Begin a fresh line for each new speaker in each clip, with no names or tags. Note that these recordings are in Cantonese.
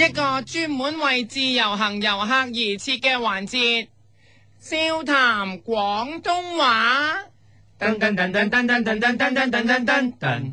一個專門為自由行遊客而設嘅環節，笑談廣東話。噔噔噔噔噔噔噔噔噔噔噔噔噔。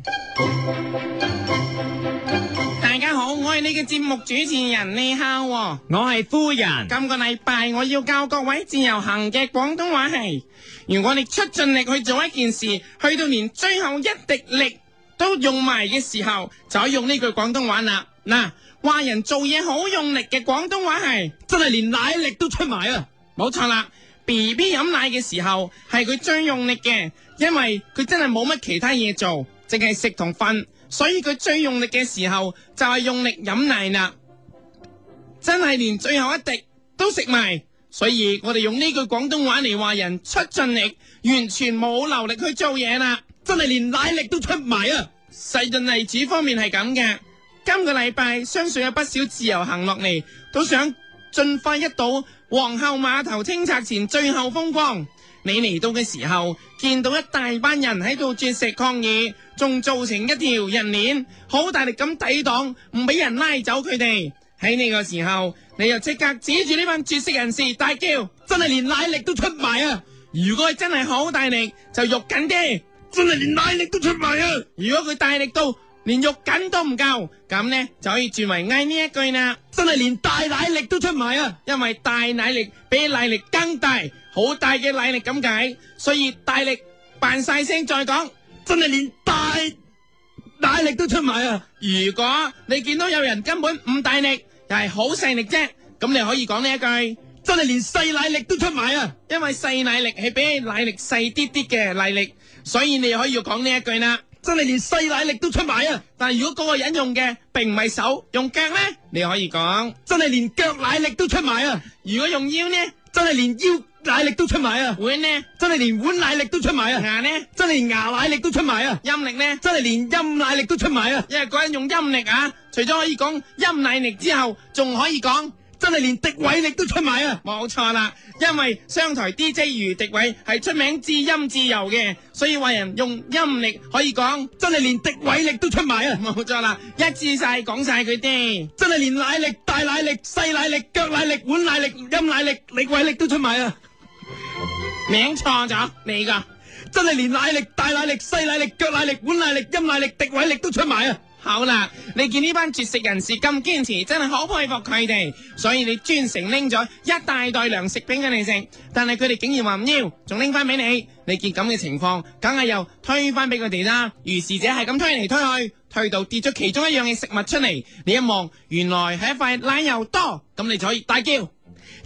大家好，我係你嘅節目主持人李孝喎。
我係夫人，
今個禮拜我要教各位自由行嘅廣東話係，如果你出盡力去做一件事，去到連最後一滴力都用埋嘅時候，就可以用呢句廣東話啦。嗱，話人做嘢好用力嘅廣東話係，
真係連奶力都出埋啊！
冇錯啦。B B 飲奶嘅時候係佢最用力嘅，因為佢真係冇乜其他嘢做，淨係食同瞓，所以佢最用力嘅時候就係用力飲奶啦。真係連最後一滴都食埋，所以我哋用呢句廣東話嚟話人出盡力，完全冇留力去做嘢啦。
真係連奶力都出埋啊！
細盡例子方面係咁嘅，今個禮拜相信有不少自由行落嚟，都想盡快一睹皇后碼頭清拆前最後風光。你嚟到嘅時候，見到一大班人喺度絕食抗議，仲造成一條人鏈，好大力咁抵擋，唔俾人拉走佢哋。喺呢個時候，你就即刻指住呢班絕食人士大叫，
真係連奶力都出埋啊！
如果佢真係好大力，就肉緊啲。
真係連奶力都出埋啊！
如果佢大力到連肉緊都唔夠，咁呢就可以轉為嗌呢一句啦。
真係連大奶力都出埋啊！
因為大奶力比奶力更大，好大嘅奶力咁解，所以大力扮晒聲再講。
真係連大奶力都出埋啊！
如果你見到有人根本唔大力，又係好細力啫，咁你可以講呢一句，
真係連細奶力都出埋啊！
因為細奶力係比奶力細啲啲嘅奶力，所以你可以要講呢一句啦。
真係連細奶力都出埋啊！
但係如果嗰個人用嘅並唔係手，用腳呢，你可以講。
真係連腳奶力都出埋啊！
如果用腰呢，
真係連腰奶力都出埋啊！
碗呢，
真係連碗奶力都出埋啊！
牙呢，
真係連牙奶力都出埋啊！
陰力呢，
真係連陰奶力都出埋啊！
因為嗰人用陰力啊，除咗可以講陰奶力之後，仲可以講。
真係連敵偉力都出埋啊！
冇錯啦，因為商台 DJ 余迪偉係出名至陰至柔嘅，所以話人用陰力可以講，
真係連敵偉力都出埋啊！
冇錯啦，一致晒講晒佢哋。
真係連奶力、大奶力、細奶力、腳奶力、碗奶力、陰奶力、力偉力都出埋啊！
名錯咗，你噶
真係連奶力、大奶力、細奶力、腳奶力、碗奶力、陰奶力、敵偉力都出埋啊！
好啦，你見呢班絕食人士咁堅持，真係好佩服佢哋，所以你專程拎咗一大袋糧食俾佢哋食，但係佢哋竟然話唔要，仲拎翻俾你，你見咁嘅情況，梗係又推翻俾佢哋啦。如是者係咁推嚟推去，推到跌咗其中一樣嘅食物出嚟，你一望，原來係一塊奶油多，咁你就可以大叫。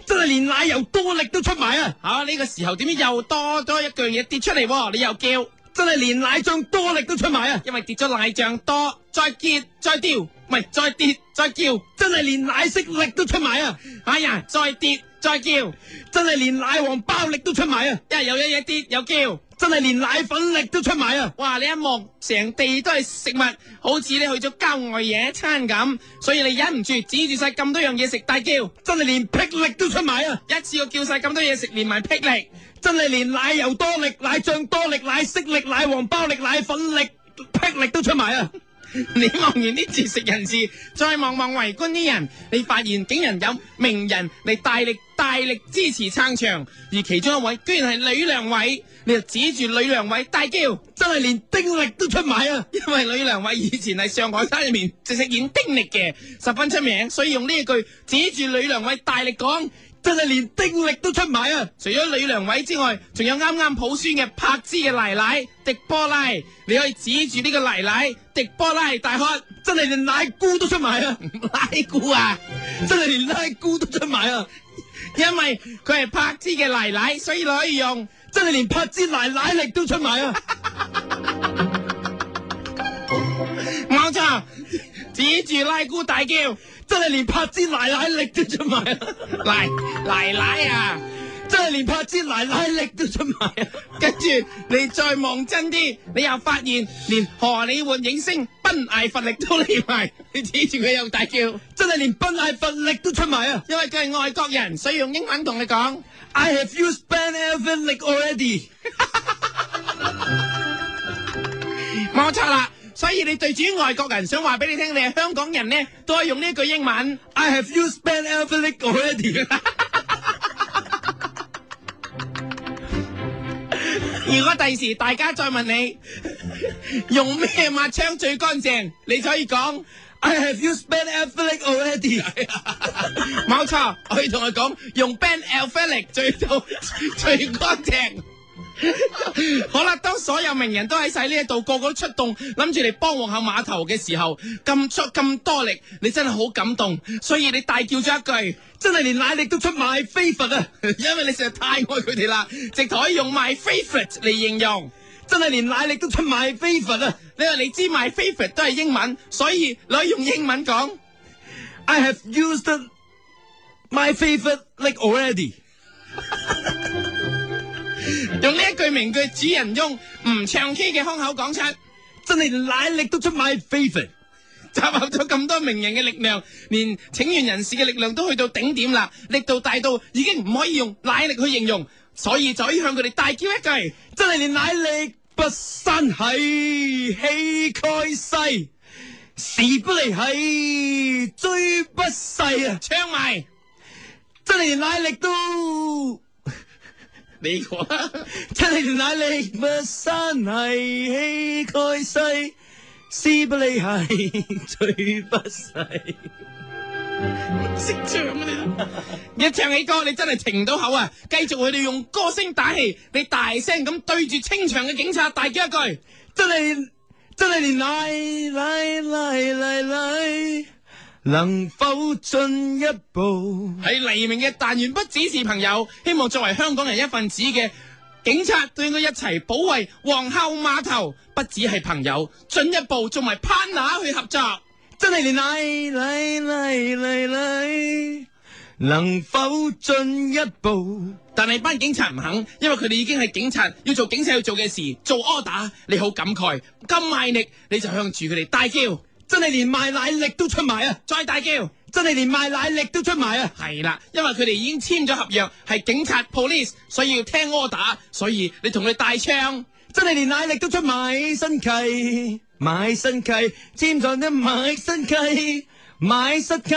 真係連奶油多力都出埋啊！
吓、呢、個時候點知又多咗一句嘢跌出嚟喎，你又叫，
真係連奶醬多力都出埋啊！
因為跌咗奶醬多，再結再掉，唔係再跌再叫。
真係連奶昔力都出埋啊！
哎呀，再跌再叫，一
真係連奶黃包力都出埋啊！
係有一嘢跌又叫，
真係連奶粉力都出埋啊！
哇！你一望成地都係食物，好似你去咗郊外野餐咁，所以你忍唔住指住晒咁多樣嘢食大叫，
真係連霹力都出埋啊！
一次過叫晒咁多嘢食，連埋霹靂，
真係連奶油多力、奶醬多力、奶昔力、奶黃包力、奶粉力、霹力都出埋啊！
你望完啲節食人士，再望望圍觀啲人，你發現竟然有名人嚟大力大力支持撐場，而其中一位居然係呂良偉，你就指住呂良偉大叫。
真係連丁力都出埋啊！
因為呂良偉以前喺上海灘入面就飾演丁力嘅，十分出名，所以用呢一句指住呂良偉大力講。
真係連丁力都出埋啊！
除咗呂良偉之外，仲有啱啱抱孫嘅柏芝嘅奶奶迪波拉，你可以指住呢個奶奶迪波拉大喝
真係連奶菇都出 埋啊！
拉姑啊！
真係連奶菇都出埋啊！
因為佢係柏芝嘅奶奶，所以你可以用。
真係連柏芝奶奶力都出埋啊！
冇錯，指住拉姑大叫
真係連柏芝奶奶力都出埋啊！
奶奶奶啊！
真係連柏芝奶奶力都出埋啊！
跟住你再望真啲，你又發現連荷里活影星賓艾佛力都嚟埋，你指住佢又大叫，因
真係連賓艾佛力都出埋啊
為佢係外國人，所以用英文同你講。
！I have used Ben Affleck already。
冇錯啦。所以你對住外國人想話俾你聽，你係香港人呢，都係用呢句英文。
I have you spent everything already。
如果第時大家再問你用咩抹槍最乾淨，你就可以講
I have you spent everything already。
冇錯。我可以同佢講用 Ben Alphalic 最到最乾淨。 好啦，當所有名人都喺晒呢一度，個個都出動，諗住嚟幫皇后碼頭嘅時候，咁出咁多力，你真係好感動，所以你大叫咗一句。
真係連奶力都出賣非佛啊！
因為你實在太愛佢哋啦，直頭可以用 my favorite 嚟形容。
真係連奶力都出賣非佛啊
你話你知 my favorite 都係英文，所以你可以用英文講。
！I have used my favorite leg already。
用呢一句名句指人翁唔唱 K 嘅胸口講出，
真係連奶力都出賣非佛。
集合咗咁多名人嘅力量，連請願人士嘅力量都去到頂點啦，力度大到已經唔可以用奶力去形容，所以就可以向佢哋大叫一句。
真係連奶力不生係氣蓋世，時不利係追不逝啊！
唱埋
真係連奶力都，
你啊個啦，
真係連奶力不生係氣蓋世，時不利係追不逝。
識唱啊你！一唱起歌，你真係停唔到口啊！繼續佢哋用歌聲打氣，你大聲咁對住清場嘅警察大叫一句。
真係真係連奶奶奶奶奶能否進一步？
喺黎明嘅但願不只是朋友，希望作為香港人一份子嘅警察都應該一齊保衛皇后碼頭，不只係朋友，進一步仲埋 partner 去合作。
真係連奶奶奶奶奶能否進一步？
但係班警察唔肯，因為佢哋已經係警察，要做警察要做嘅事，做 order。你好感慨，咁賣力，你就向住佢哋大叫，
真係連賣奶力都出埋啊！
再大叫。
真係連賣奶力都出埋啊！
係啦，因為佢哋已經簽咗合約，係警察 police，所以要聽 order，所以你同佢大唱。
真係連奶力都出埋新 契，買新契，簽上都買新契，買新契，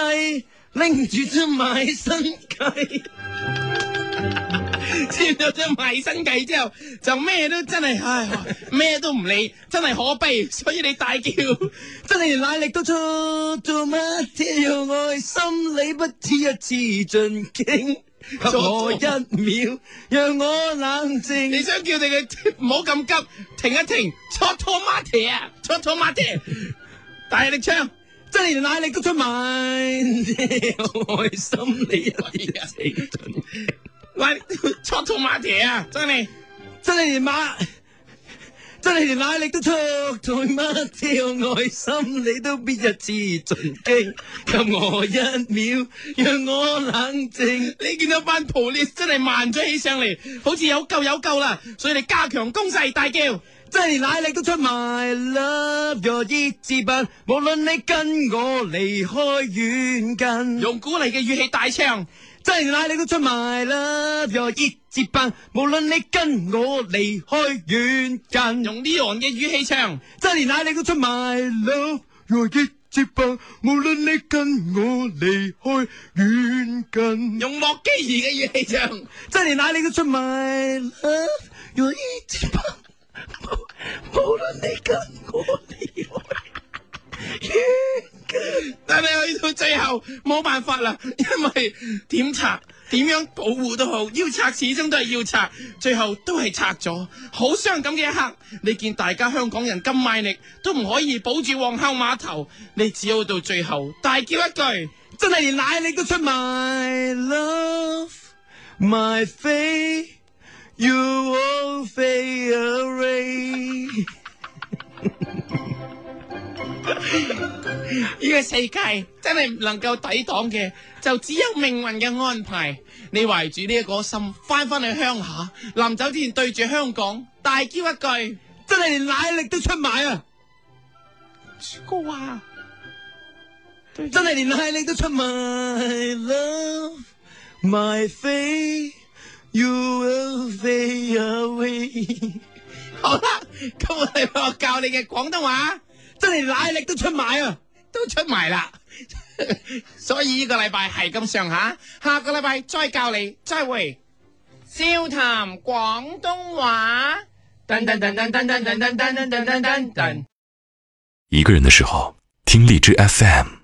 拎住都買新契。
簽咗張賣身契之後，就咩都真係，唉，咩都唔理，真係可悲。所以你大叫，
真係連奶力都出，做乜跳愛心理不止一次盡境，給我一秒，讓我冷
你
靜。
想叫你嘅唔好咁急，停一停，搓拖馬蹄啊，搓拖馬蹄，大力唱，
真係連奶力都出埋，跳愛心理一次盡，
喂，搓拖馬蹄啊，真係
真係連馬。真係連奶力都出，做乜跳愛心理都必一次盡境，給我一秒，讓我冷靜。
你見到班 police 真係慢咗起上嚟，好似有救有救啦，所以你加強攻勢，大叫。
真係連奶力都出埋，love your 意志笨，無論你跟我離開遠近，
用鼓勵嘅語氣大唱，
真係連奶力都出埋，love your 意志笨，無論你跟我離開遠近，
用 Leon 嘅語氣唱，
真係連奶力都出埋，love your 意志笨，無論你跟我離開遠近，
用莫基兒嘅語氣唱，
真係連奶力都出埋，love your 意志笨，無無論你跟我離開遠近。
但係去到最後冇辦法啦， 因為點拆點樣保護都好，要拆始終都係要拆，最後都係拆咗，好傷感嘅一刻。你見大家香港人咁賣力，都唔可以保住皇后碼頭，你只好到最後大叫一句。
真係連奶力都出埋，love my faith you all fade away。
呢個世界真係唔能夠抵擋嘅，就只有命運嘅安排。你懷住呢一個心，翻返去鄉下，臨走之前對住香港大叫一句：
真係連奶力都出埋啊！
朱哥啊！真
真係連奶力都出埋，love my faith you all fade away。
好啦，今個禮拜我教你嘅廣東話。
真係奶力都出埋啊！
都出埋啦。 所以呢個禮拜係咁上下，下個禮拜再教你，再會。笑談廣東話。噔噔噔噔噔噔噔噔噔噔噔噔噔。
一个人的时候，听荔枝 FM。